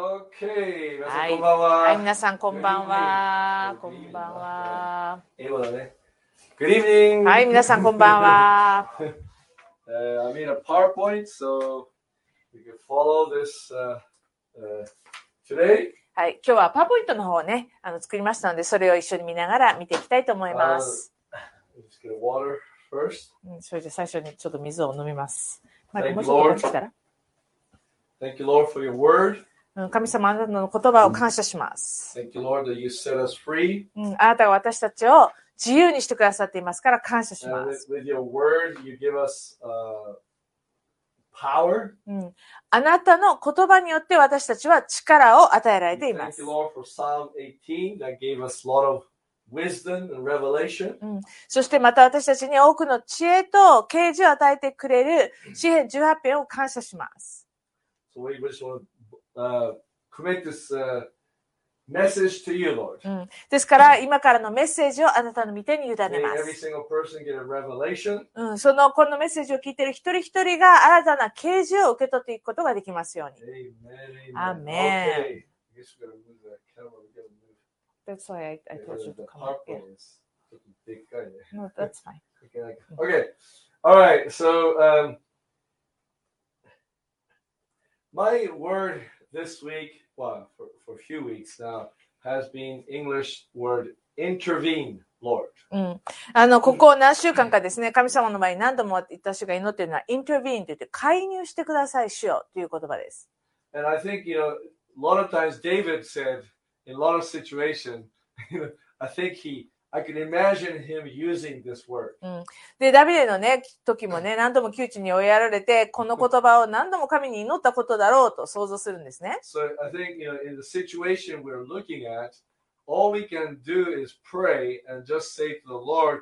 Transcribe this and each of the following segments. Okay, 皆さはんいこんばんは。はい、皆さんこんばんは。こ Good evening. んばんは。英語だね。Good evening! はい、皆さんこんばん。は。 uh, I made a PowerPoint so you can follow this uh, uh, today. はい、今日はパワーポイントの方をね、あの作りましたので、それを一緒に見ながら見ていきたいと思います。 I'm just get water first. うん、それで最初にちょっと水を飲みます。マイク Thank you, もうちょっとこっち来たら、 Thank you, Lord, for your word. うん、神様あなたの言葉を感謝します、 Thank you, Lord, that you set us free. うん。あなたが私たちを自由にしてくださっていますから感謝し And ま with, す。Uh, with your word, you give us uh, power. うん、あなたの言葉によって私たちは力を与えられていま Thank す you,。Lord, for Psalm 18 that gave us a lot of wisdom and revelation. そしてまた私たちに多くの知恵と啓示を与えてくれる詩篇18編を感謝します。 So we just want to uh, commit this uh, message to you, Lord. Mm-hmm. ですから今からのメッセージをあなたの御手に委ね May ま every す。 single person get a revelation. うん、その、このメッセージを聞いている一人一人が新たな啓示を受け取っていくことができますように。 Amen. Amen. Amen. Okay. I guess we're gonna move that camera. We're gonna move That's why I, I told you the to come up here. PowerPoint is pretty big guy there. No, that's fine. Okay, like- Okay. All right. So um, my word this week, well, for, for a few weeks now, has been English word intervene, Lord. うん。あの、ここ何週間かですね、神様の前に何度も私が祈っているのは、intervene と言って、介入してください、主よという言葉です。 And I think, you know, a lot of times David said in a lot of situation, you know, I think he I can imagine him using this word. で、ダビデのね、時もね、何度も窮地に追いやられて、この言葉を何度も神に祈ったことだろうと想像するんですね。 So I think, you know, in the situation we're looking at, all we can do is pray and just say to the Lord,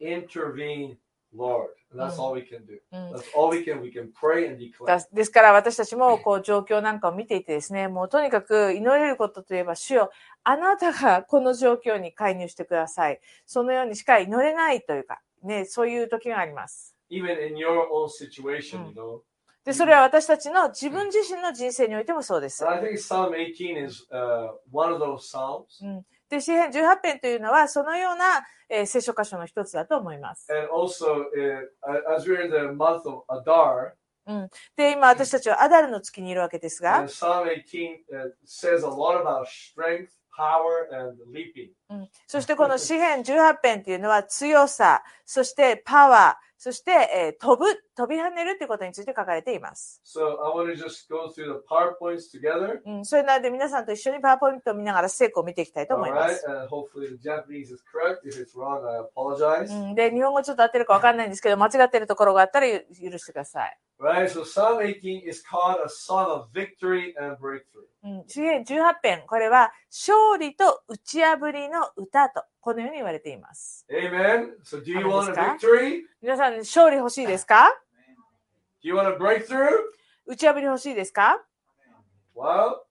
intervene, Lord. And that's Mm. all we can do. Mm. That's all we can. We can pray and declare. だですから私たちもこう状況なんかを見ていてですね、もうとにかく祈れることといえば主よ、あなたがこの状況に介入してください。そのようにしか祈れないというか、ね、そういう時があります。 Even in your own situation, Mm. you know. で、それは私たちの自分自身の人生においてもそうです。 And I think Psalm 18 is uh, one of those Psalms. で、詩篇18編というのはそのような、えー聖書箇所の一つだと思います。 And also, uh, as we're in the month of Adar, で、今私たちはアダルの月にいるわけですが、 And Psalm 18 uh, says a lot about strength, power, and leaping. うんそしてこの詩篇18編っていうのは強さ、そしてパワー、そして、えー飛ぶ、飛び跳ねるということについて書かれています。 So I want to just go through the PowerPoints together. うん、それなので皆さんと一緒にパワーポイントを見ながら成功を見ていきたいと All 思いま right. す。 And hopefully the Japanese is correct. If it's wrong, I apologize. うん、で、日本語ちょっと合ってるかわかんないんですけど、間違ってるところがあったらゆ許してください。 Right. So Psalm 18 is called a song of victory and breakthrough. うん、詩篇18編、これは勝利と打ち破りの歌と、このように言われています。 Amen. So do you Amen. want a Scott? victory? Do 皆さん、勝利欲しいですか you want a breakthrough? 打ち破り欲しいですか、 Well,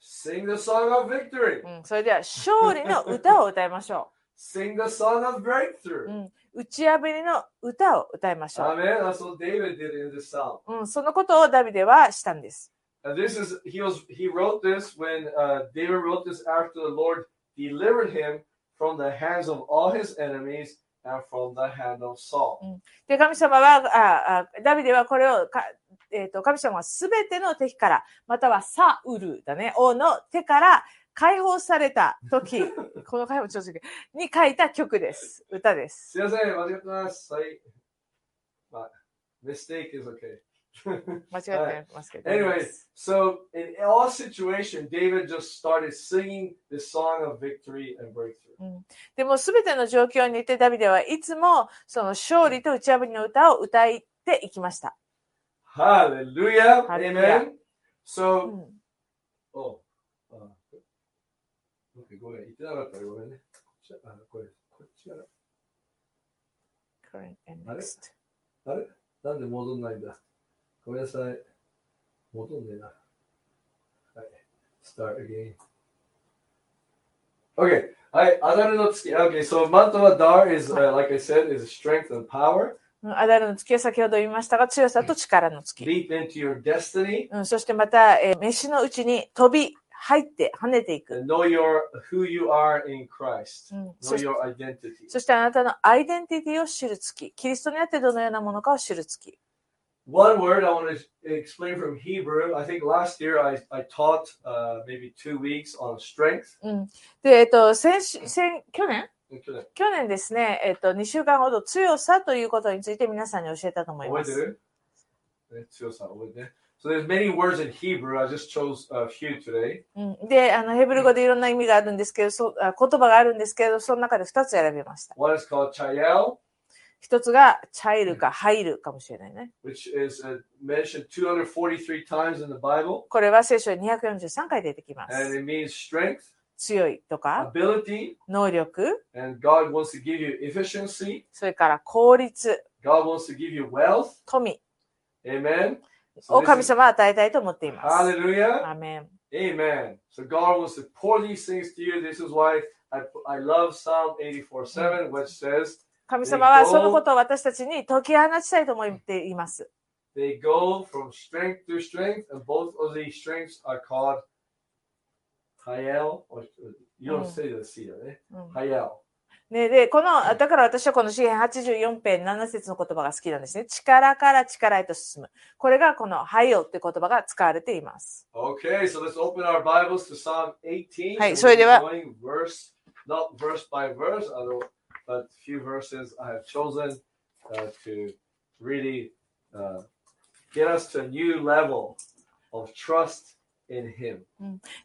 sing the song of victory. うん、それでは勝利の歌を歌いましょう。 Sing the song of breakthrough. うん打ち破りの歌を歌いましょ Amen. That's what David did in this psalm. う。うん、そのことをダビデはしたんです。 And this is he was he wrote this when uh, David wrote this after the Lord delivered him from the hands of all his enemies and from the hand of Saul. で、神様は、ああダビデはこれをか、えっと神様はすべての敵から、またはサウルだね、王の手から解放された時、この回も正直、に書いた曲です。歌です。すいません、間違ってます。はい。まあ、mistake is okay. 間違ってますけど。大丈夫で anyway, す so in all situation, David just started singing the song of victory and breakthrough. でもすべての状況にいて、ダビデはいつも、その勝利と打ち破りの歌を歌っていきました。 Hallelujah. Hallelujah. Amen. う So ん Oh. Uh, okay, go ahead. 言ってなかったらごめんね。こっちあこれこっちから current and あれ next. あれなんで戻んないんだごめんなさい。戻んねえな。はい。start again. uh, Okay. はい。アダルの月。Okay. So, Mantua Dar is,、uh, like I said, is strength and power. うんアダルの月は先ほど言いましたが、強さと力の月。 leap into your destiny, うん、そしてまた、えー飯のうちに飛び、入って、跳ねていく。 and know your who you are in Christ. うん、 Know そし your identity. そしてあなたのアイデンティティを知る月。キリストにあってどのようなものかを知る月。 One word I want to explain from Hebrew. I think last year I, I taught uh, maybe two weeks on strength. うん。で、えっと、先週、先、去年 Into 去年ですね、えっと、2週間ほど強さということについて皆さんに教えたと思います。 the- It's just how it is. So there's many words in Hebrew. I just chose a few today. うん、で、あの、ヘブル語でいろんな意味があるんですけど、そうあ言葉があるんですけど、その中で2つ選びました。 One is called chayel, 1つが、チャイルか、入るかもしれないね。 which is uh, mentioned 243 times in the Bible, これは聖書に243回出てきま and す。 it means strength, 強いとか、 ability, 能力、 and God wants to give you efficiency. それから効率、 God wants to give you wealth. 富 Amen. So を this 神 is- 様は与えたいと思っています。 hallelujah. アーメン。 Amen. So God wants to pour these things to you. This is why I, I love Psalm 84 7, which says, 神様はそのことを私たちに解き放ちたいと思っています。 They go from strength to strength, and both of these strengths are called Hayel. Or, you don't Mm. say the C, eh? うん Hayel. ね、で、この、だから私はこの詩編84編7節の言葉が好きなんですね。力から力へと進む。これがこの、はよって言葉が使われています。 Okay, so let's open our Bibles to Psalm 18. は So we'll い、be それでは- going verse, not verse by verse, although but few verses I have chosen uh, to really uh, get us to a new level of trust in Him.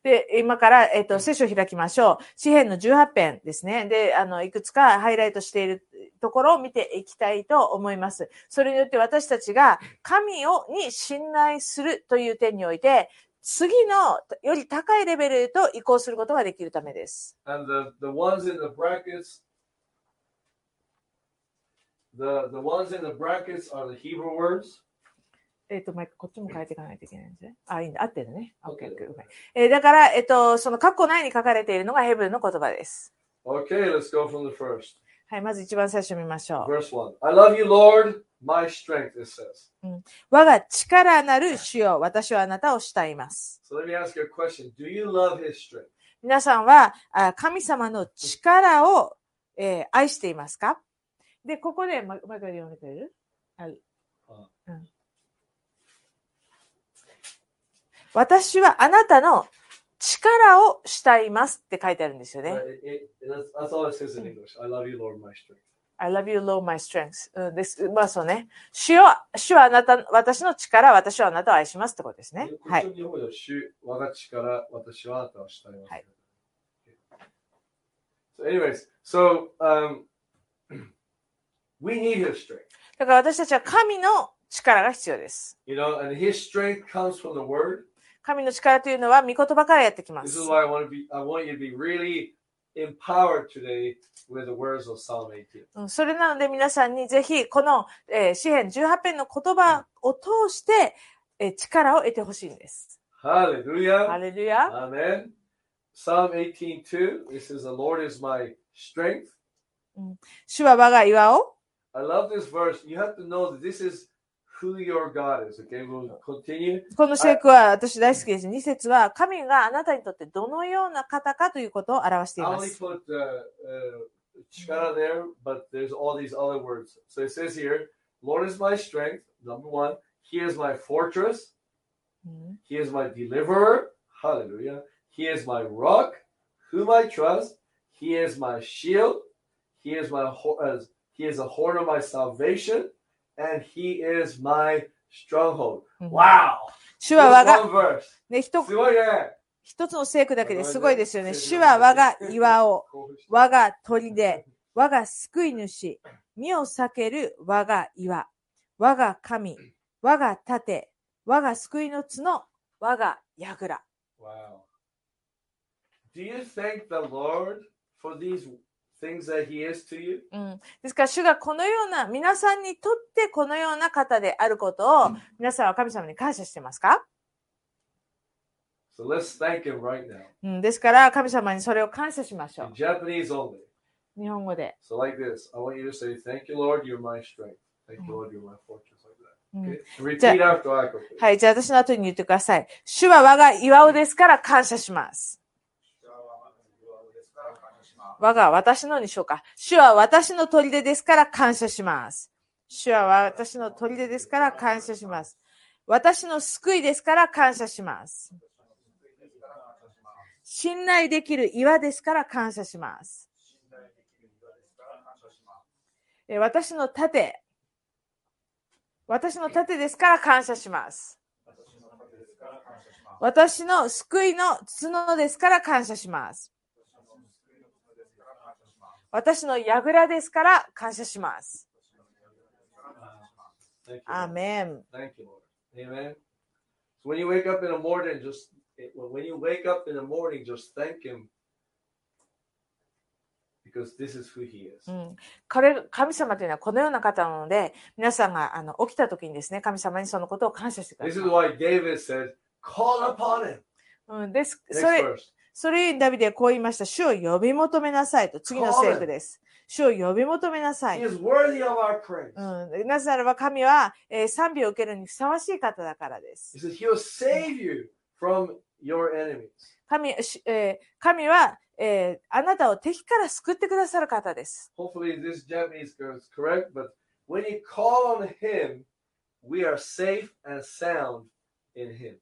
で、今から、えっと、聖書を開きましょう。詩編の18編ですね。で、あの、いくつかハイライトしているところを見ていきたいと思います。それによって私たちが神を、に信頼するという点において、次のより高いレベルへと移行することができるためです。 And the, the ones in the brackets, the, the ones in the brackets are the Hebrew words. えっ、と、マイク、こっちも変えていかないといけないんですね。あ、いいんだ。合ってるね。オッケー、オッケー、オッケー。えーだから、えっ、と、その括弧内に書かれているのがヘブルの言葉です。 Okay, let's go from the first. はい、まず一番最初見ましょう。 Verse 1. I love you, Lord, my strength, it says. 我が力なる主よ、私はあなたを慕います。 So let me ask you a question. Do you love his strength? 皆さんは、あ神様の力を、えー愛していますかで、ここで、ま、まだ読んでくれるはい。うん私はあなたの力を慕いますって書いてあるんですよね。 Right, it- it- that's, that's all it says in English. I love you, Lord, my strength. I love you, Lord, my strength. うんです。まあそうね。主よ、主はあなた、私の力、私はあなたを愛しますってことですね。はい。こっちの日本語では主我が力、私はあなたを慕います。はい。 So anyways, so um, we need his strength, だから私たちは神の力が必要です。 you know, and his strength comes from the word. 神の力というのは御言葉からやってきま This す is。why I want to be I want you to be really empowered today with the words of Psalm 18. うんそれなので皆さんにぜひこの、えー詩編18編の言葉を通して、えー力を得てほしいんです。 Hallelujah. ハレルヤ。 Amen. Psalm 18:2. This is the Lord is my strength. 主は我が岩を。 I love this verse. You have to know that this is who your God is. Okay, we'll continue. この聖句は私大好きです。2節は神があなたにとってどのような方かということを表して I いま only す。 put uh, uh, chikara there, but there's all these other words. So it says here, Lord is my strength, number one. He is my fortress. うん He is my deliverer. Hallelujah. He is my rock, whom I trust. He is my shield. He is my ho- uh, he is a horn of my salvation, and he is my stronghold. Wow! 主は我 Just が、 one verse. eh. ね、ひとすごいね。一つの聖句だけですごいですよね。主は我が岩を。我が砦、我が救い主、身を避ける我が岩、我が神、我が盾、我が救いの角、我が櫓。 Wow. Do you thank the Lord for these things that He is to you? うん、ですから主がこのような、皆さんにとってこのような方であることを、皆さんは神様に感謝してますか、 So let's thank Him right now うん、ですから神様にそれを感謝しましょ in Japanese only. う。日本語で。 So like this, I want you to say, "Thank you, Lord. You're my strength." Thank you, Lord, you're my fortress like that. うん Okay? Repeat after I complete. はい、じゃあ私の後に言ってください。主は我が岩尾ですから感謝します。我が私のにしようか。主は私の砦ですから感謝します。主は私の砦ですから感謝します。私の救いですから感謝します。信頼できる岩ですから感謝します。えー私の盾。私の盾ですから感謝します。私の救いの角ですから感謝します。私の櫓ですから感謝します。 Thank you. アー Lord. メン。 Thank you, Lord. Amen. So when you wake up in the morning, just eh, when you wake up in the morning, just thank Him because this is who He is. うん、彼神様というのはこのような方なので皆さんがあの起きた時にですね神様にそのことを感謝してくだ This さ is い。 why David said, "Call upon Him." うん、ですそ Next れ verse. それゆえにダビデはこう言いました。主を呼び求めなさいと次の聖句です。主を呼び求めなさ He い。 is worthy of our praise. うん、なぜならば神は、えー賛美を受けるにふさわしい方だからで He す。 said, "He'll save you from your enemies." 神,し、えー神は、えーあなたを敵から救ってくださる方です。 Hopefully, this Japanese is correct, but when you call on Him, we are safe and sound in Him.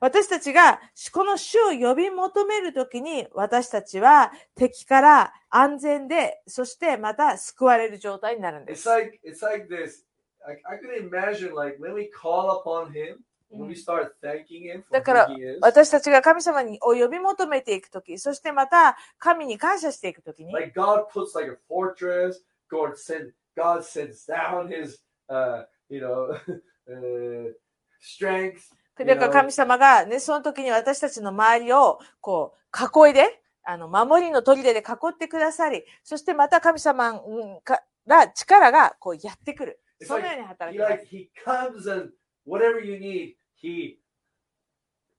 私たちがこの主を呼び求めるときに私たちは敵から安全で、そしてまた救われる状態になるんで It's す。 like it's like this. I, I could imagine like when we call upon Him, when we start thanking Him for who He is, 私たちが神様にを呼び求めていくとき、そしてまた神に感謝していくときに、 like God puts like a fortress. God send God sends down His uh, you know uh, strength. だから神様がね、その時に私たちの周りをこう囲いで、あの、守りの砦で囲ってくださり、そしてまた神様うんから力がこうやってくる。 It's そのよう like に働 He きます like。He comes and whatever you need, He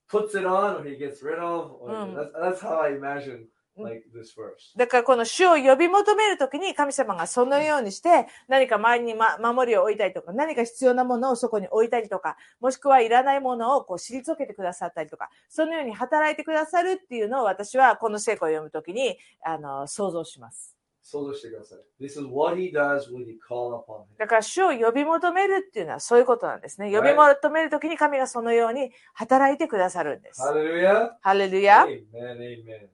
puts it on or He gets rid of. Or, Mm. that's, that's how I imagine Mm. like this verse. だからこの主を呼び求めるときに神様がそのようにして何か周りに、ま、守りを置いたりとか何か必要なものをそこに置いたりとかもしくはいらないものをこう退けてくださったりとかそのように働いてくださるっていうのを私はこの聖句を読むときにあの想像します。想像してください。This is what He does when you call upon Him. だから主を呼び求めるっていうのはそういうことなんですね。呼び求めるときに神がそのように働いてくださるんです。 Hallelujah. ハレルヤ。 Amen. Amen.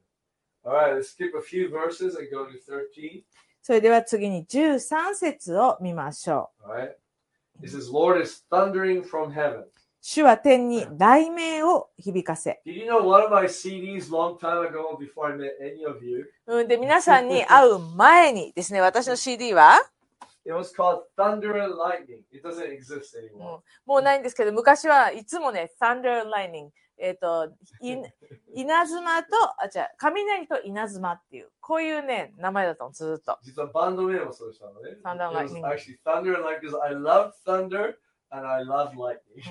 All right, let's skip a few verses and go to 13. それでは次に13節を見ましょう。 All right. This is Lord is thundering from heaven. 主は天に雷鳴を響かせ。 Did you know one of my CDs long time ago before I met any of you? うん、で、皆さん に会う前にですね、私の CD は、 It was called Thunder and Lightning. It doesn't exist anymore. もうないんですけど、昔はいつもね、Thunder Lightning、えっ、と、 い稲妻と、あ、じゃ雷と稲妻っていう、こういうね、名前だったの、ずーっと。 It's a band name or something. Thunder and eh? It was Lightning. actually Thunder and Lightning because I love thunder and I love lightning.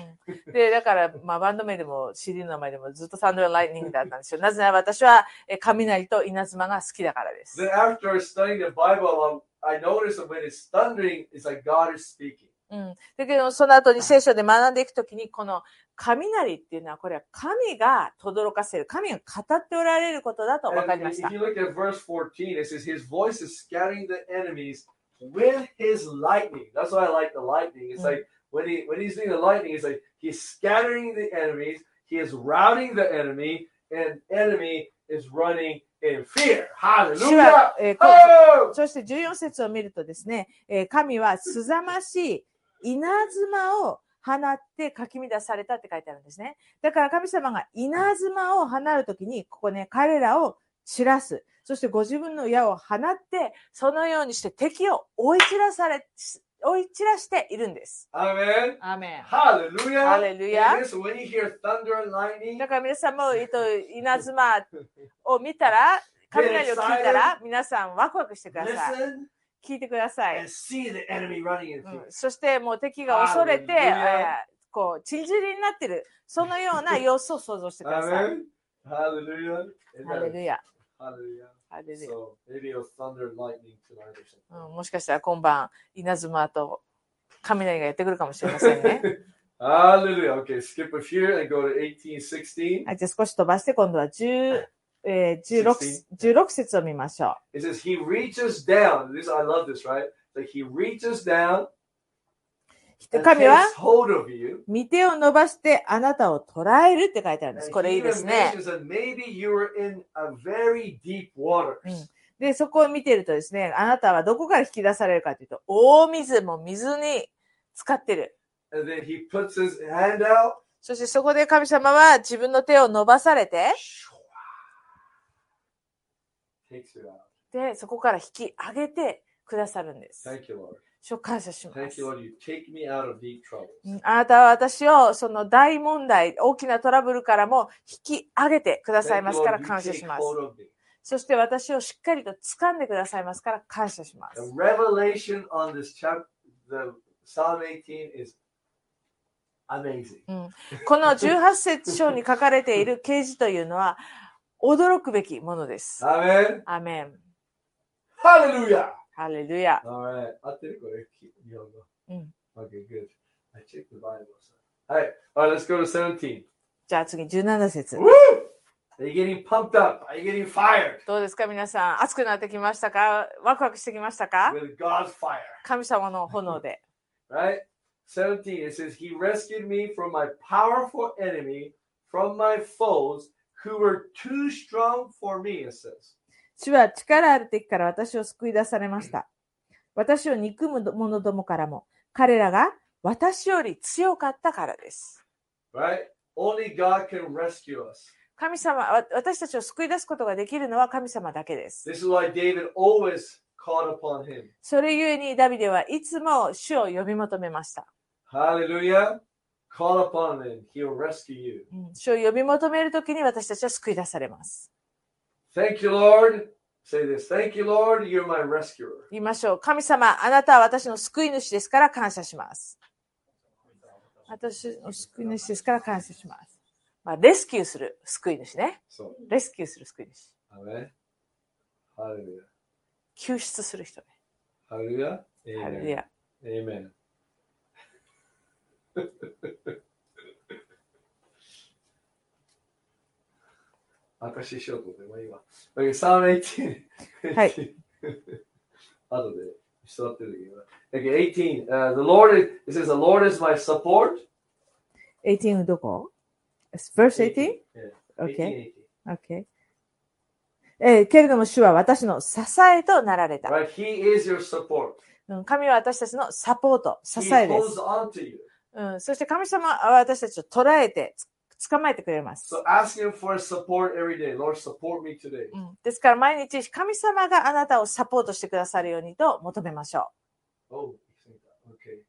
で、だから、まあ、バンド名でも CD の名前でもずっと Thunder Lightning だったんですよ。なぜなら私は、えー雷と稲妻が好きだからです。 Then after studying the Bible, um, I noticed that when it's thundering, it's like God is speaking. うん。だけど、その後に聖書で学んでいくときに、この雷っていうのは、これは神が轟かせる、神が語っておられることだと分か And りま if した if。you look at verse 14, it says, His voice is scattering the enemies with his lightning. That's why I like the lightning. It's Mm. like when he when he's doing the lightning, it's like he's scattering the enemies, he is routing the enemy, and enemy is running in fear. 主 Hallelujah! は、えーこ Oh! そして14節を見るとですね、えー神はすざましい稲妻を放ってかき乱されたって書いてあるんですね。だから神様が稲妻を放るときに、ここね、彼らを散らす。そしてご自分の矢を放って、そのようにして敵を追い散らされ、追い散らしているんです。 Amen. アーメン。 Hallelujah. Hallelujah. Amen. So when you hear thunder and lightning, だから皆さんも、えっと、稲妻を見たら、雷を聞いたら、皆さんワクワクしてください。 listen 聞いてください and。see the enemy running in う fear. んそしてもう敵が恐れて、 Hallelujah. えーこう、ちりぢりになってる、そのような様子を想像してください。 Amen. Hallelujah. ハレ Amen. ルヤ。 Hallelujah. ハレルヤ So maybe it'll thunder and lightning tonight or う something. ん、もしかしたら今晩、稲妻と雷がやってくるかもしれません ね。 Hallelujah. Okay, skip a few and go to 1816. はい、じゃあ少し飛ばして、今度は10、えー、16, 16節を見ましょ It says he reaches down. This I love this, right? Like he reaches down う。 and 神は takes、hold of you. 見手を伸ばしてあなたを捉えるって書いてあるんです。こ And れい he いですね。 imagines that maybe you were in a very deep waters. で、そこを見てるとですね、あなたはどこから引き出されるかというと、大水もう水に浸かってる。 And then he puts his hand out. そしてそこで神様は自分の手を伸ばされて、 Takes you out. で、そこから引き上げてくださるんです。 Thank you, Lord. 主を感謝します。 Thank you, Lord. You take me out of deep troubles. うんあなたは私をその大問題、大きなトラブルからも引き上げてください Thank ま you, すから Lord. You 感謝 take します。 hold of me. そして私をしっかりと掴んでくださいますから感謝しま The す。 revelation on this chapter, the Psalm 18 is amazing. この18節章に書かれている 啓示というのは驚くべきものです。 Amen. アメン。 Hallelujah. ハレルヤ。 All right. I think we're keep you on the- Mm. Okay, good. I checked the Bible. so. All right. All right, let's go to 17. じゃあ次17節。 Woo! Are you getting pumped up? Are you getting fired どうですか皆さん。熱くなってきましたかワクワクしてきましたか with God's fire? 神様の炎で。 right? 17, it says, He rescued me from my powerful enemy, from my foes who were too strong for me, it says. 主は力ある敵から私を救い出されました。私を憎む者どもからも、彼らが私より強かったからです。 Right? Only God can rescue us. 神様、わ私たちを救い出すことができるのは神様だけです。 This is why David always called upon him. それゆえにダビデはいつも主を呼び求めました。 Hallelujah. Call upon him. He'll rescue you. うん主を呼び求めるときに私たちは救い出されます。 Thank you, Lord. Say this. Thank you, Lord. You're my rescuer. 言いましょう。神様、あなたは私の救い主ですから感謝します。私の救い主ですから感謝します。まあ、レスキューする救い主ね。 So, レスキューする救い主。 amen. Hallelujah. 救出する人ね。 Hallelujah. ハレ Amen. ルヤ。 Amen. Okay, Psalm 18. はい。 Okay, 18. Uh, the Lord is, it says, The Lord is my support. 18どこ ?verse 18? Yeah, 18, Okay. 18. Okay. えーけれども主は私の支えとなられた。 Right? He is your support. うん神は私たちのサポート、支 He えで holds す。 on to you. うん、そして神様は私たちを捉えて、つ捕まえてくれます、 So ask Him for support every day. Lord, support me today. うん。ですから毎日神様があなたをサポートしてくださるようにと求めましょ Oh, you think that. Okay.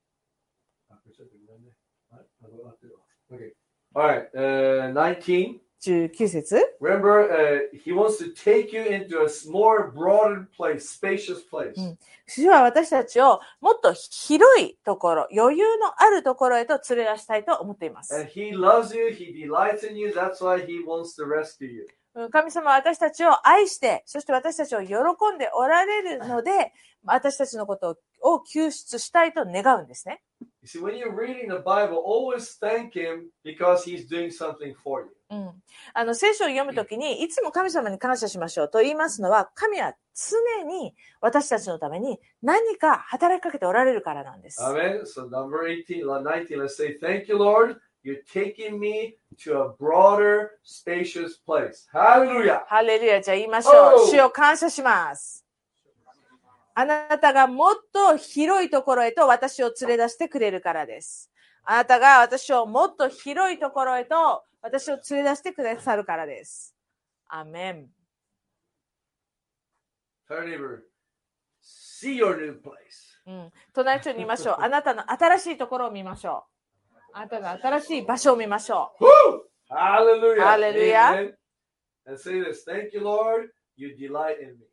I put something in there. Right, I will have to go. Okay. All right. Uh, 19. う。19節 Remember, uh, he wants to take you into a s- more broadened place, spacious place. Mm. 主は私たちをもっと広いところ、余裕のあるところへと連れ出したいと思っています。 And he loves you. He delights in you. That's why he wants to rescue you. うん神様は私たちを愛して、そして私たちを喜んでおられるので、私たちのことをを救出したいと願うんですね。 You see, when you're reading the Bible, always thank him because he's doing something for you. うん、あの聖書を読むときにいつも神様に感謝しましょうと言いますのは神は常に私たちのために何か働きかけておられるからなんです。 Amen. So number 18, la- 19, let's say, thank you, Lord. You're taking me to a broader, spacious place. Hallelujah. ハレルヤじゃあ言いましょう。 Oh. 主を感謝します。あなたがもっと広いところへと私を連れ出してくれるからです。あなたが私をもっと広いところへと私を連れ出してくださるからです。アメン。 Tell your neighbor, see your new place. うん、隣の人に言いま しょう。あなたの新しいところを見ましょう。あなたの新しい場所を見ましょ Woo! Hallelujah. Hallelujah. Amen. And say this, thank you, Lord. You delight in me. う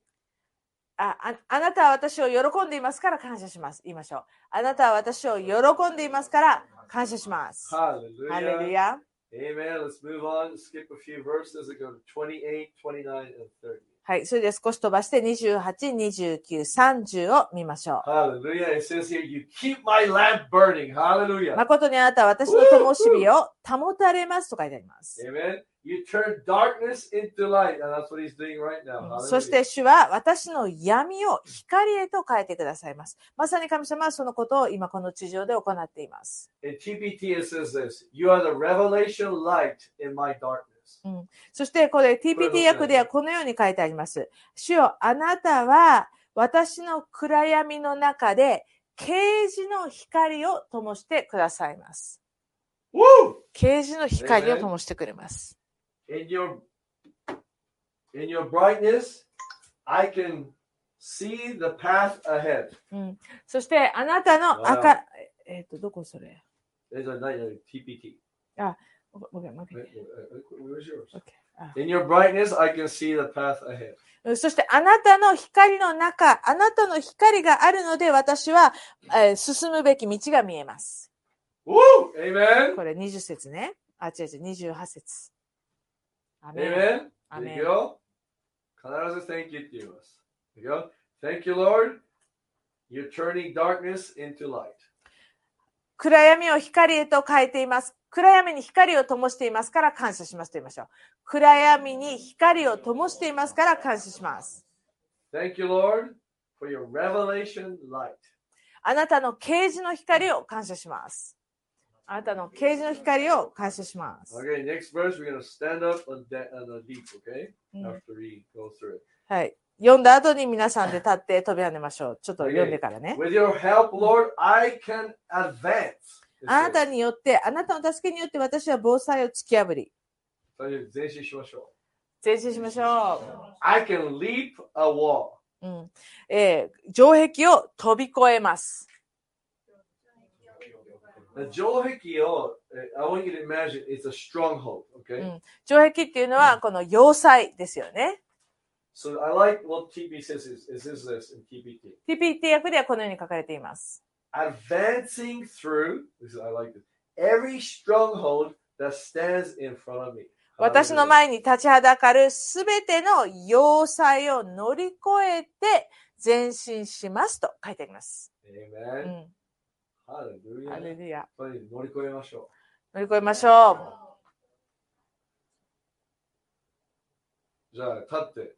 ああ。あなたは私を喜んでいますから感謝します。言いましょう。あなたは私を喜んでいますから感謝します。 Hallelujah. ハレルヤ。 Amen. Let's move on. Skip a few verses and go to 28, 29, and 30. はいはい。それで少し飛ばして28、29、30を見ましょ Hallelujah. It says here, you keep my lamp burning. う。 Hallelujah. 誠にあなたは私の灯火を保たれますと書いてあります。 Amen. You turn darkness into light. And that's what he's doing right now. そし Hallelujah. て主は私の闇を光へと変えてくださいます。まさに神様はそのことを今この地上で行っています。 In TPT, it says this You are the revelation light in my darkness. そしてこれれどう TPT 訳ではこのように書いてあります。主よ、あなたは私の暗闇の中で啓示の光を灯してくださいます。 Woo! 啓示の光を灯してくれます。 In your in your brightness, I can see the path ahead. そしてあなたのわ赤、えっ、と、どこそれ There's a night uh, TPT. ごごめん、ごめん Wait, wait, wait, Where's yours? OK あ In your brightness, I can see the path ahead. そしてあなたの光の中、あなたの光があるので私は、えー進むべき道が見えます。 Woo! Amen. これ20節ね。あ、違う違う、28節。アメン Amen. Amen. There you go. 必ず thank you って言います。There you go. Thank you, Lord. You're turning darkness into light. 暗闇を光へと変えています。暗闇に光を灯していますから感謝しますと言いましょう。暗闇に光を灯していますから感謝します。 Thank you, Lord, for your revelation light. あなたの啓示の光を感謝します。あなたの啓示の光を感謝します。 Okay, next verse, we're going to stand up on, de- on the deep, okay? うん After we go through it. はい。読んだ後に皆さんで立って飛び跳ねましょう。ちょっと読んでからね。 With your help, Lord, I can advance. あなたによって、あなたの助けによって私は防災を突き破り、 I 前進しましょ can leap a wall. う。うん。えー城壁を飛び越えます。 The Johikyo, I want you to imagine, it's a stronghold, okay? Mm. 城壁っていうのは、この要塞ですよね。 So I like what TB says is, is this, this in TBT. TPT 訳ではこのように書かれています。 Advancing through, this is, I like this, every stronghold that stands in front of me. 私の Hallelujah. 前に立ちはだかるすべての要塞を乗り越えて前進しますと書いてあります。う Amen. ん。 Hallelujah. アレルヤ。やっぱり乗り越えましょう。乗り越えましょう。じゃあ、立って。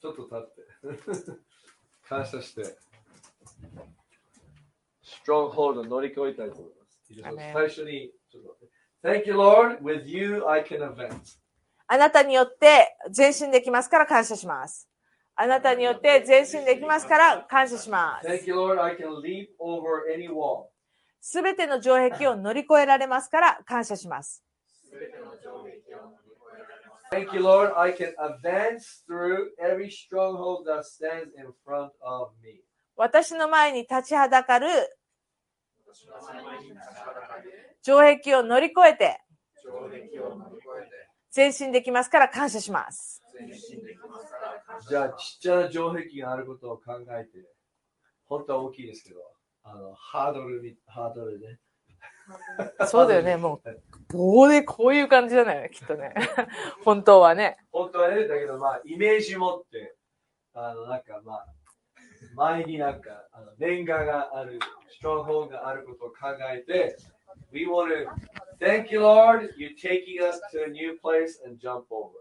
ちょっと立って。 感謝して。ストロングホールド乗り越えたいと思います。いいですか Amen. 最初に、ちょっと待って。Thank you, Lord. With you, I can advance. あなたによって前進できますから感謝します。あなたによって前進できますから感謝しま Thank す。 you, Lord. I can leap over any wall. すべての城壁を乗り越えられますから感謝します。 Thank you, Lord. I can advance through every stronghold that stands in front of me. 私の前に立ちはだかる城壁を乗り越えて前進できますから感謝します。じゃあ、ちっちゃな城壁があることを考えて、本当は大きいですけど、あの、ハードルに、ハードルね。そうだよね、もう棒でこういう感じじゃないよね、きっとね。 本当はね。本当はね、だけどまあ、イメージ持って、あの、なんかまあ、前になんか、あのレンガがある、ストロングホールがあることを考えて、We want to thank you, Lord, you're taking us to a new place and jump over.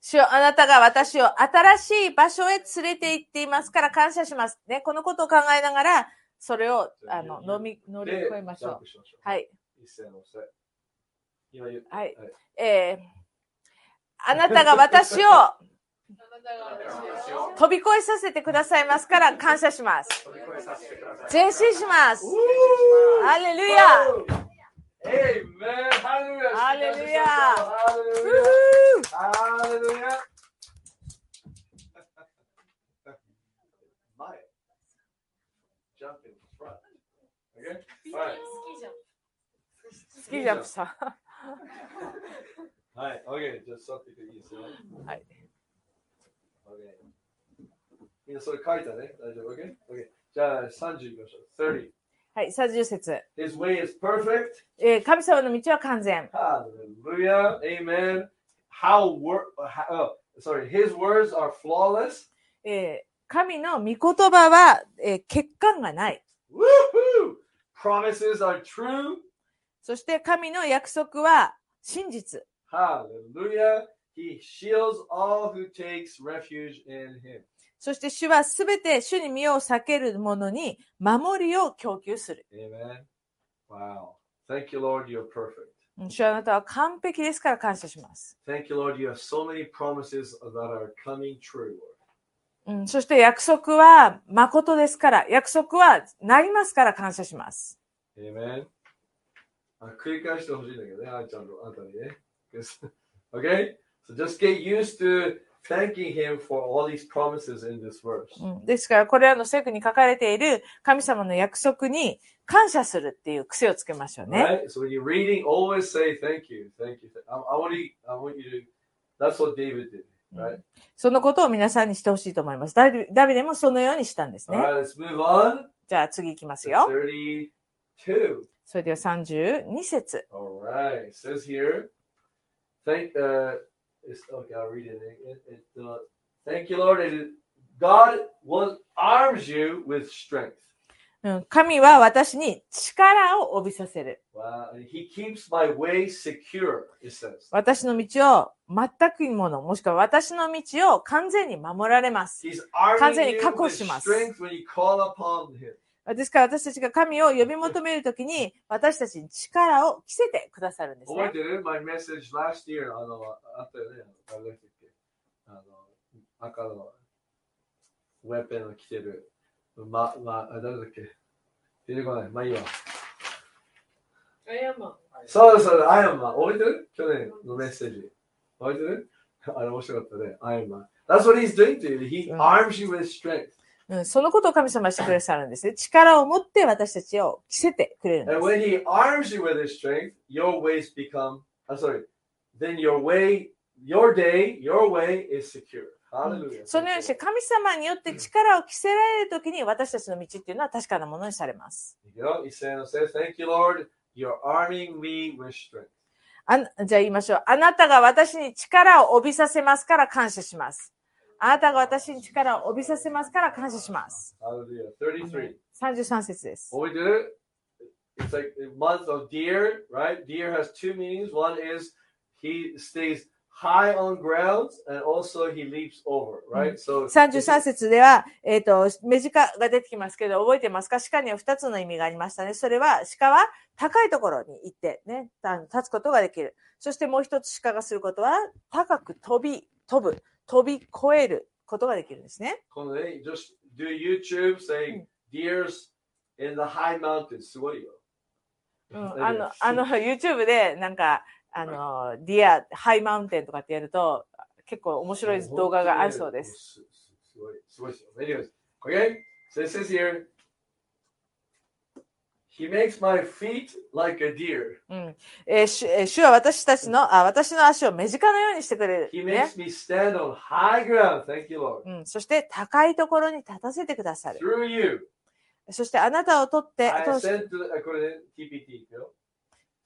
主よあなたが私を新しい場所へ連れて行っていますから感謝します。ね、このことを考えながら、それを、あの、飲み、乗りで越えましジャンょう。プしましょう。。はいい。一斉のせ。今言うはいは。えー、あなたが私を飛び越えさせてくださいますから感謝し ます。前進します。ハレルヤ Amen. Hallelujah. Hallelujah. Hallelujah. ウ Hallelujah. Maya, jump in front. Okay? Alright. ースキージャンプさ Alright, okay, just something to use. ん。はい。 Okay. みんなそれ書いたね大丈夫 ?OK? OK。じゃあ30いきましょう。30。はい、30節。 His way is perfect. えー神様の道は完全。 Hallelujah. Amen. How work? How, sorry, his words are flawless. えー神の御言葉は、えー欠陥がない。 Woohoo! Promises are true. そして神の約束は真実。 Hallelujah. He shields all who takes refuge in him. そして主はすべて主に身を避ける者に守りを供給する。 Amen. Wow. Thank you, Lord. You're perfect. うん主はあなたは完璧ですから感謝します。 Thank you, Lord. You have so many promises that are coming true. うん、そして約束は誠ですから、約束はなりますから感謝します。 Amen. あ繰り返してほしいんだけどね、あーちゃんとあんたにね。'Cause- okay? So just get used to thanking him for all these promises in this verse. うん、ですから、これらの聖句に書かれている神様の約束に感謝するっていう癖をつけましょうね。 Right? So when you're reading, always say thank you, thank you. I, I want you, I want you to. That's what David did, right? そのことを皆さんにしてほしいと思います。ダビダビデもそのようにしたんです All ね。 right, let's move on. じゃあ次行きます to よ。 Thirty-two. それでは32節。 All right. It says here, thank. Uh, it's, okay, I'll read it. It- it, uh, thank you, Lord. It is, God will arms you with strength. うん、神は私に力を帯びさせる。 Wow. He keeps my way secure. It says. 私の道を全くいいもの、もしくは私の道を完全に守られます。 He's arming you 完全に確保します。 with strength when you call upon him. ですから私たちが神を呼び求めるときに、私たちに力を着せてくださるんです覚えね。てる ?My message last year あのあったよね。あのあれだっけあの赤のウェペンを着てる。ま、ま、あ誰だっけ出てこない。まあいいわ。そうそう、アイアンマン。覚えてる去年のメッセージ。覚えてる あれ面白かったね。アイアンマン。That's what he's doing to you. He うん arms you with strength. うん、そのことを神様はしてくださるんですね。力を持って私たちを着せてくれるんで And す。 when he arms you with his strength, your ways become, I'm sorry, then your way, your day, your way is secure. Hallelujah. そのようにして神様によって力を着せられるときに私たちの道っていうのは確かなものにされます。 You know, he's saying, says, Thank you, Lord. You're arming me with strength. あんじゃあ言いましょう。あなたが私に力を帯びさせますから感謝します。あなたが私に力を帯びさせますから感謝します。 Hallelujah. 33. 33節です。 What we do, it's like the month of deer, right? Deer has two meanings. One is he stays high on ground and also he leaps over, right? So, 33節では、えっ、と、目近が出てきますけど、覚えてますか鹿には2つの意味がありましたね。それは、鹿は高いところに行ってね、た立つことができる。そしてもう一つ鹿がすることは、高く飛び、飛ぶ、飛び越えることができるんですね。 Konde, just do YouTube, say deers in the high mountains. すごいよ。うん、あの、あの、YouTube で、なんか、あの、ディア、ハイマウンテンとかってやると、結構面白い動画があるそうです。すごい、すごいですよ。Anyways, okay, so it says here, he makes my feet like a deer. うん。えー主えー主は私たちの、あ、私の足を目近のようにしてくれる。 He ね makes me stand on high ground. Thank you, Lord. うん、そして高いところに立たせてくださる。 Through you, そしてあなたを取って、 I 通し ascend to the, あ、これね、TPT いくよ。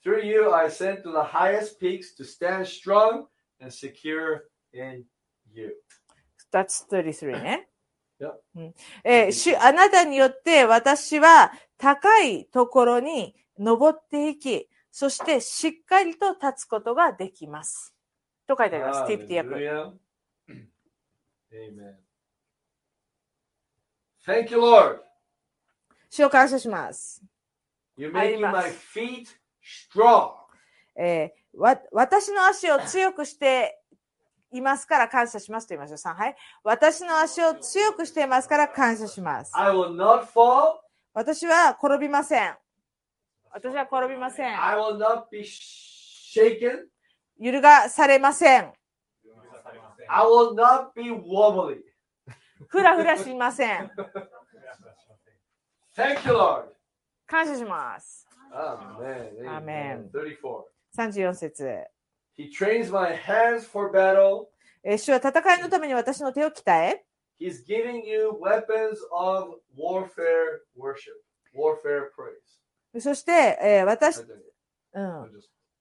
Through you, I ascend to the highest peaks to stand strong and secure in you. that's 33ね。 Yeah. うんえー主あなたによって私は高いところに登っていき、そしてしっかりと立つことができます。と書いてあります。TPT 役。 Hallelujah. Amen. Thank you, Lord. 主を感謝します。 You're あり making ます。 my feet strong. えーわ私の足を強くしていますから感謝しますと言いましょう。3、はい。私の足を強くしていますから感謝します。 I will not fall. 私は転びません。私は転びません。 I will not be shaken. 揺るがされません。 I will not be wobbly. ふらふらしません。 Thank you, Lord. 感謝します。 Amen. Amen. 34. 34節。 He trains my hands for battle. えー主は戦いのために私の手を鍛え、 He's giving you weapons of warfare worship, warfare praise. そして、えー私、 I think うん I'm、just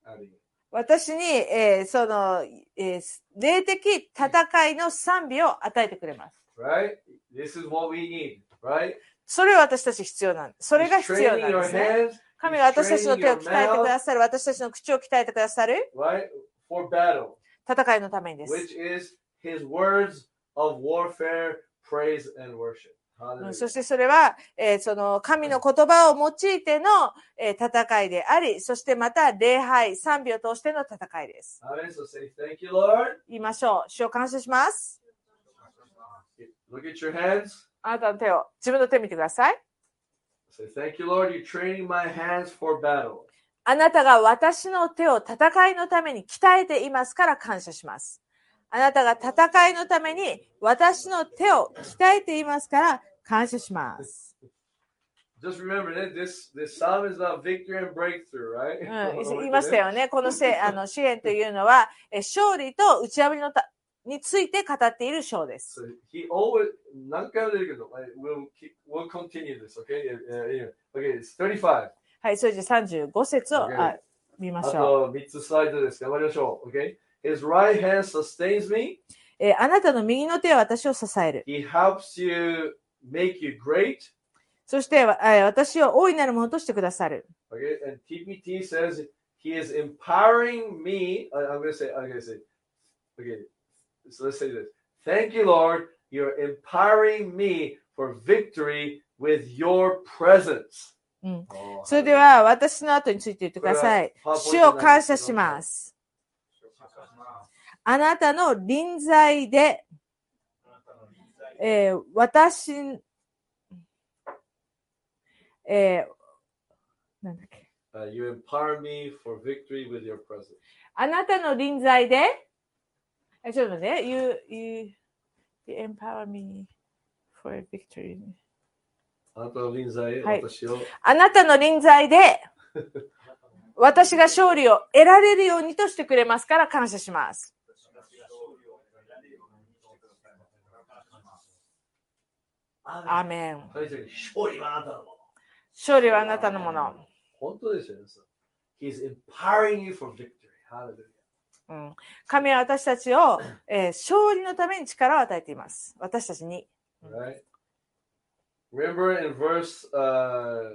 adding it. 私に、えーその、えー霊的戦いの賛美を与えてくれます。 right? This is what we need, right? それを私たち必要なんです。それが He's 必要 training なんで your すね。 hands, 神は私たちの手を鍛えてくださる。私たちの口を鍛えてくださる。 right? For battle, 戦いのためにです。 which is his words of warfare, praise, and worship. う Hallelujah. んそしてそれは、えーその神の言葉を用いての、えー戦いであり、そしてまた礼拝、賛美を通しての戦いです。 Amen. So say thank you, Lord. 言いましょう。主を感謝します。 Look at your hands. あなたの手を、自分の手を見てください。 Say thank you, Lord. You're training my hands for battle. あなたが私の手を戦いのために鍛えていますから感謝します。あなたが戦いのために私の手を鍛えていますから感謝します。 Just remember that this this psalm is about victory and breakthrough, right? うん、言いましたよね。この せあの支援というのは、え勝利と打ち破りのたについて語っている章です。 So he always 何回も出てくるの Like, We'll keep we'll continue this, okay? Yeah, yeah, anyway. Okay, it's 35. はい、それじゃあ35節を、あ見まし Uh, ょう、あと3つスライドです。頑張りましょう。Okay? His right hand sustains me. えあなたの右の手は私を支える。 He helps you make you great. そして、わえ私を大いなるものとしてくださる。 Okay, and TPT says he is empowering me. I, am gonna say, I'm gonna say, okay, so let's say this. Thank you, Lord. You're empowering me for victory with your presence. うん。 Oh, それでは私の後について言ってくださいこれは。主を感謝します。あなたの臨在で、えー私、えーなんだっけ。 uh, you empower me for victory with your presence. あなたの臨在で、えちょっと待ってね、you, you, you empower me for victory. はあない。たの臨在、私を。あなたの臨 在で、私が勝利を得られるようにとしてくれますから感謝します。アーメン。勝利はあなたのもの。 He's empowering you for victory. Hallelujah. うん、神は私たちを、えー勝利のために力を与えています。私たちに。 Right? Remember in verse uh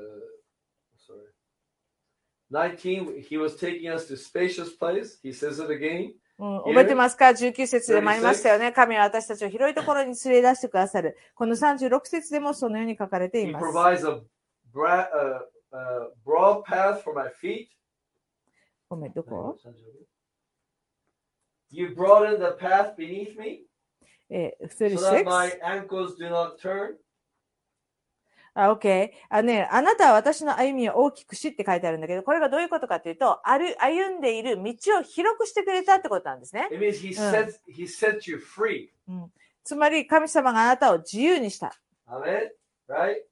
sorry. 19, he was taking us to spacious place. He says it again. うん、覚えてますか ?19 節でもありましたよね。神は私たちを広いところに連れ出してくださる。この36節でもそのように書かれてい He ます。 provides a bra- uh, uh, broad path for my feet. ごめん、どこ、 You broaden the path beneath me えー、 so that my 36? ankles do not turn. あ、OK。あね、あなたは私の歩みを大きくしって書いてあるんだけど、これがどういうことかというと、歩歩んでいる道を広くしてくれたってことなんですね。 It means he Mm. sets he sets you free. つまり神様があなたを自由にした。 Amen. Right?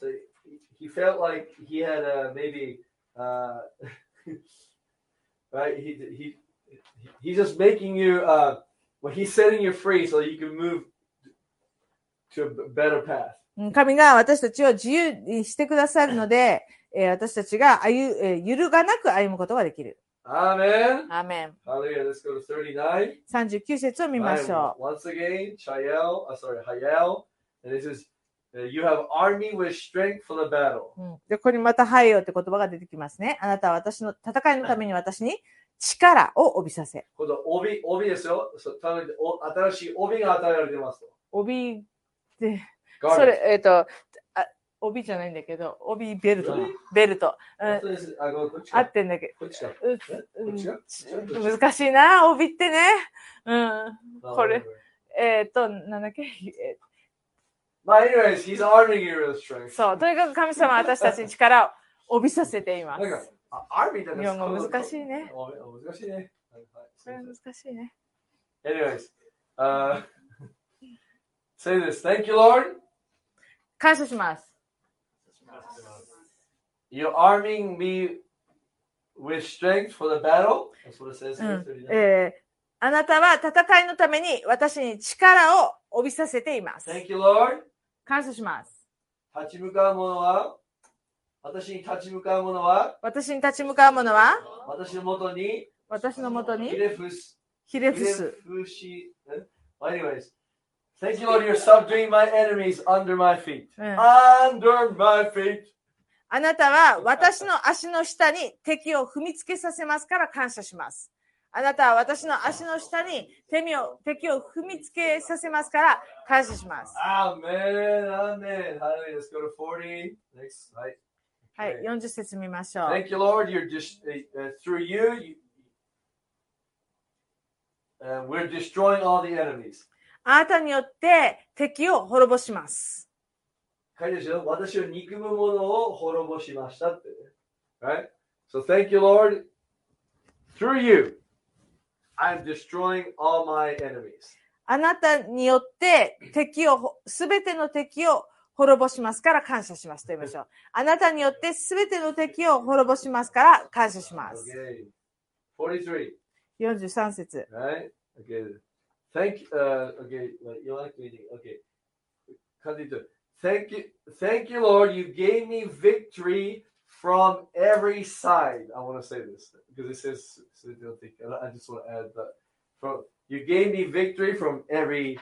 So he- he felt like he had uh, maybe, uh, right? He, he he's just making you, uh, well, he's setting you free so you can move to a b- better path. うん神が私たちを自由にしてくださるので、えー私たちが歩、えー揺るがなく歩むことができる。 Amen. アーメン。 Hallelujah. Let's go to 39. 39節を見ま Right, しょ once again, Chael, uh, sorry, Hayel. And this is, uh, you have armed me with strength for the battle. う。うんで、ここにまた、はいよって言葉が出てきますね。あなたは私の戦いのために私に力を帯びさせ。この帯、帯ですよ。そうためにお新しい帯が与えられてますと。帯、ガーそドれ、えっ、とあ、帯じゃないんだけど、帯ベルトだ帯。ベルト。うん本当です。あ、ごめんこっち合か。ってんだけこっちか。ど。うえうこっちんか。ちょっと違う難しいな、帯ってね。うん。あごめこれんごめんえっ、と、なんだっけ、えまあ、anyways, he's arming you with strength. そう、とにかく神様は私たちに力を帯びさせていまなんかす。、あアーミーだから日本語難しいね。おお難しいね。はいはいこれは難しいね。 Anyways, uh, say this. Thank you, Lord. 感謝します。 You're arming me with strength for the battle. That's what it says. う here, ん 39. えーあなたは戦いのために私に力を帯びさせています。 Thank you, Lord. 感謝します。立ち向かう者は、私に立ち向かう者は、私に立ち向かう者は私のもとに私のもとに Hidefus- ひれ伏す。 Hidefushi- eh? Well, anyways, thank you, Lord, you're subduing my enemies under my feet. うん Under my feet. あなたは私の足の下に敵を踏みつけさせますから感謝します。あなたは私の足の下に敵を敵を踏みつけさせますから感謝します。 Amen. Amen. Hallelujah. Let's go to 40. Next. Right. はい Okay.、 40節見ましょう。 Thank you, Lord. You're just uh, uh, through you. you uh, we're destroying all the enemies. あなたによって敵を滅ぼします。彼たちは私を憎む者を滅ぼしましたってね。Right? So thank you, Lord. Through you, I'm destroying all my enemies. あなたによって敵を、すべての敵を滅ぼしますから感謝しますと言いましょう。あなたによってすべての敵を滅ぼしますから感謝します。 Okay. 43. 43節。 Right? Okay. Thank uh okay, well, you like reading. Okay. Continue. Thank you thank you Lord, you gave me victory from every side. I want to say this because it says so I don't think I I just want to add that from you gave me victory from every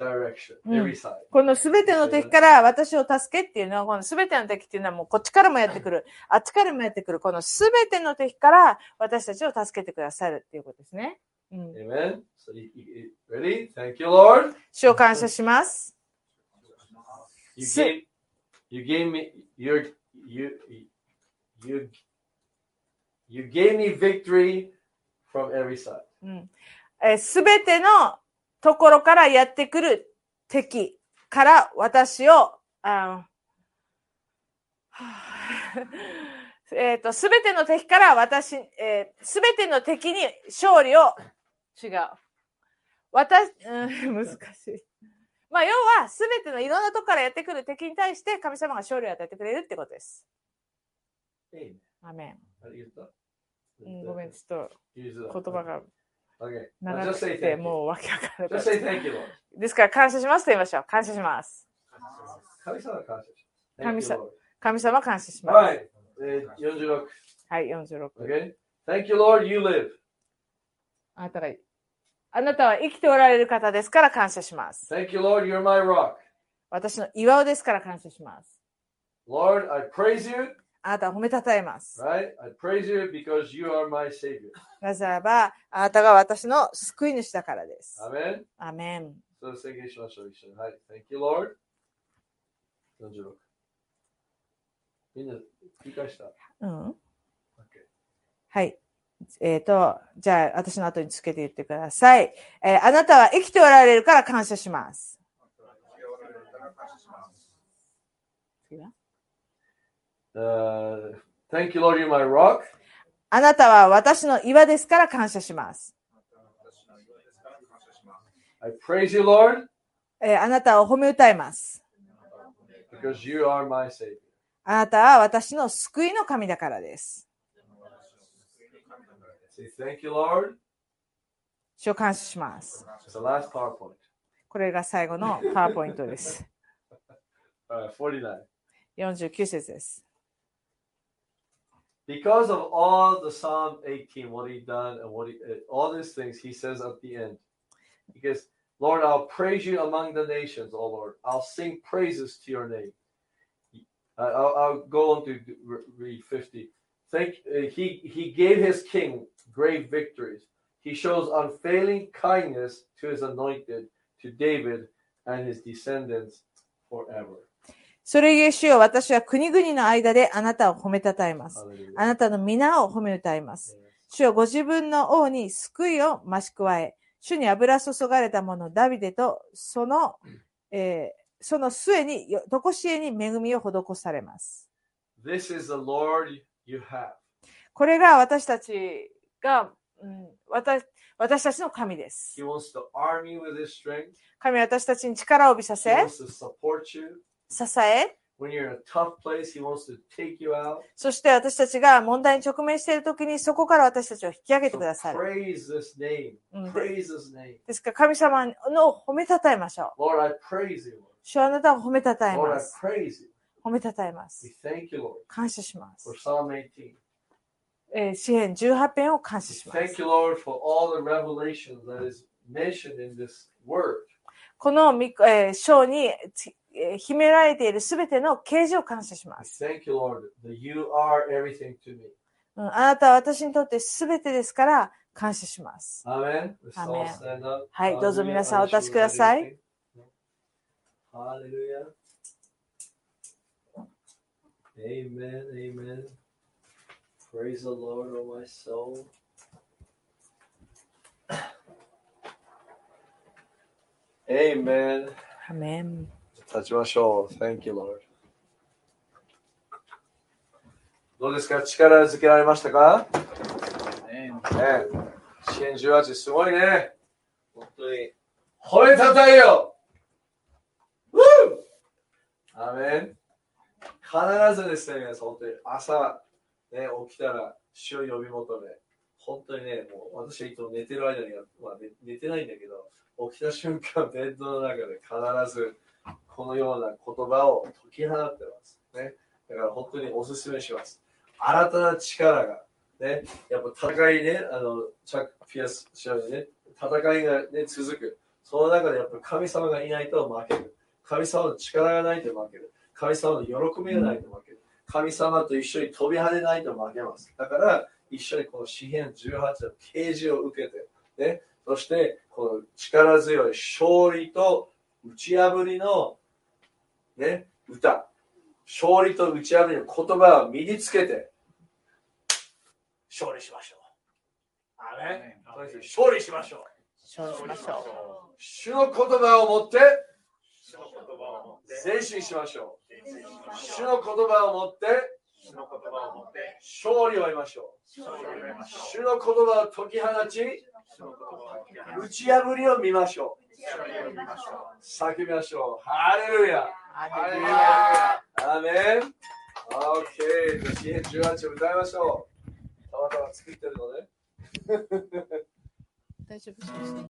direction, Mm. every side. このすべての敵から私を助けっていうのは、このすべての敵っていうのはもうこっちからもやってくる、あっちからもやってくる、このすべての敵から私たちを助けてくださるっていうことですね。うん。 Amen. So you, you- you- ready? Thank you, Lord. 主を感謝します。 You Sit. gave you gave me your you you you gave me victory from every side. うん。えすべてのところからやってくる敵から私を、あはぁ えっと、すべての敵から私、えす、べての敵に勝利を、違う。私、うん、 難しい。まあ、要は、すべてのいろんなとこからやってくる敵に対して神様が勝利を与えてくれるってことです。 Amen. アメン。 How do you do うん、ごめん、ちょっ Use と it 言 up. 葉が Okay. Now just 長く say て、 thank you. もうわけわかんなくな Just っちゃう say thank you, Lord. ですから感謝しますと言いましょう。感謝します。神様感謝します。神様。 Thank you, Lord. 神様感謝します。 All right. Eh, 46. はい、46。 Okay. Thank you, Lord. You live. あなたが、あなたは生きておられる方ですから感謝します。 Thank you, Lord. You're my rock. 私の岩尾ですから感謝します。 Lord, I praise you. あなたを褒めたたえます。 Right? I praise you because you are my savior. なぜならば、あなたが私の救い主だからです。 Amen. アメン。 So thank you, Lord. Thank you, Lord. 46. みんな理解した。うん。はい。えっ、と、じゃあ、私の後につけて言ってください。えーあなたは生きておられるから感謝します。次は Uh, thank you, Lord. You're my rock. あなたは私の岩ですから感謝します。 I praise you, Lord, えーあなたを褒め歌います。 because you are my savior. あなたは私の救いの神だからです。 Say thank you, Lord. 主を感謝します。 It's the last PowerPoint. これが最後のパワーポイントです。 Uh, 49. 49節です。 Because of all the Psalm 18, what he done and what he, uh, all these things, he says at the end, he goes, Lord, I'll praise you among the nations, O Lord. I'll sing praises to your name. I- I'll, I'll go on to do- re- read 50. Thank, uh, he, he gave his king great victories. He shows unfailing kindness to his anointed, to David and his descendants forever. それゆえ主よ私は国々の間であなたを褒めたたえます。 Hallelujah. あなたの皆を褒め歌います。主よご自分の王に救いを増し加え、主に油注がれた者ダビデとその、えーその末に、よとこしえに恵みを施されます。 This is the Lord you have. これが私たちが、うん、私私たちの神です。 He wants to arm you with his strength. 神は私たちに力を帯びさ He せ、 wants to support you. 支え、 When you're in a tough place, he wants to take you out. そして私たちが問題に直面しているときに、そこから私たちを引き上げて So くださる。 praise this name. うん Praise his name. ですから神様の褒めたたえましょう。 Lord, I praise you. 主はあなたを褒めたたえ Lord, ま I す。 praise you. 褒めたたえま We す。 thank you, Lord, 感謝しま for す。 Psalm 18. えー詩篇18編を監視します。 Thank you, Lord, for all the revelation that is mentioned in this word. このみ、えー章につえー秘められているすべての啓示を感謝しま I す。 thank you, Lord, that you are everything to me. うん、あなたは私にとってすべてですから感謝します。 Amen. Let's all Amen. stand up. はい、 Hallelujah. どうぞ皆さん Hallelujah. お立ちください。 Hallelujah. Amen. Amen. Praise the Lord, oh my soul. Amen. アメン。立ちましょう。Thank you, Lord. どうですか力づけられましたかねえ。支援18すごいね。本当に。惚れたたえようアメン必ずですね、皆さん本当に朝、ね、起きたら、主を呼び求め。本当にね、もう私はいつも寝てる間にや、まあ、ね寝てないんだけど、起きた瞬間、ベッドの中で必ず、このような言葉を解き放ってます。ね。だから本当におすすめします。新たな力が、ね、やっぱ戦いね、あの、チャック・ピアス氏はね、戦いがね、続く。その中でやっぱ神様がいないと負ける。神様の力がないと負ける。神様の喜びがないと負ける。神様と一緒に飛び跳ねないと負けます。だから、一緒にこの詩篇18の啓示を受けて、ね、そして、この力強い勝利と打ち破りのね、歌、勝利と打ち破りの言葉を身につけて、勝利しましょう。あれ勝利しましょう。勝利しましょ主の言葉を持って、主の言葉を持って、前進しましょ前進しう。まし主ょう。の言葉を持って、主の言葉を持って、勝利を得ましょう。勝利を得ましょ主の言葉を解き放ち、う。主の言葉を解き放打ち破りを見ましょう。ち、勝利を得ましょう。叫びましょう。ハレルヤアハレルメンヤアーメン !OK! じゃあ、支援18を歌いましょう。たまたま作ってるのね。大丈夫そうですね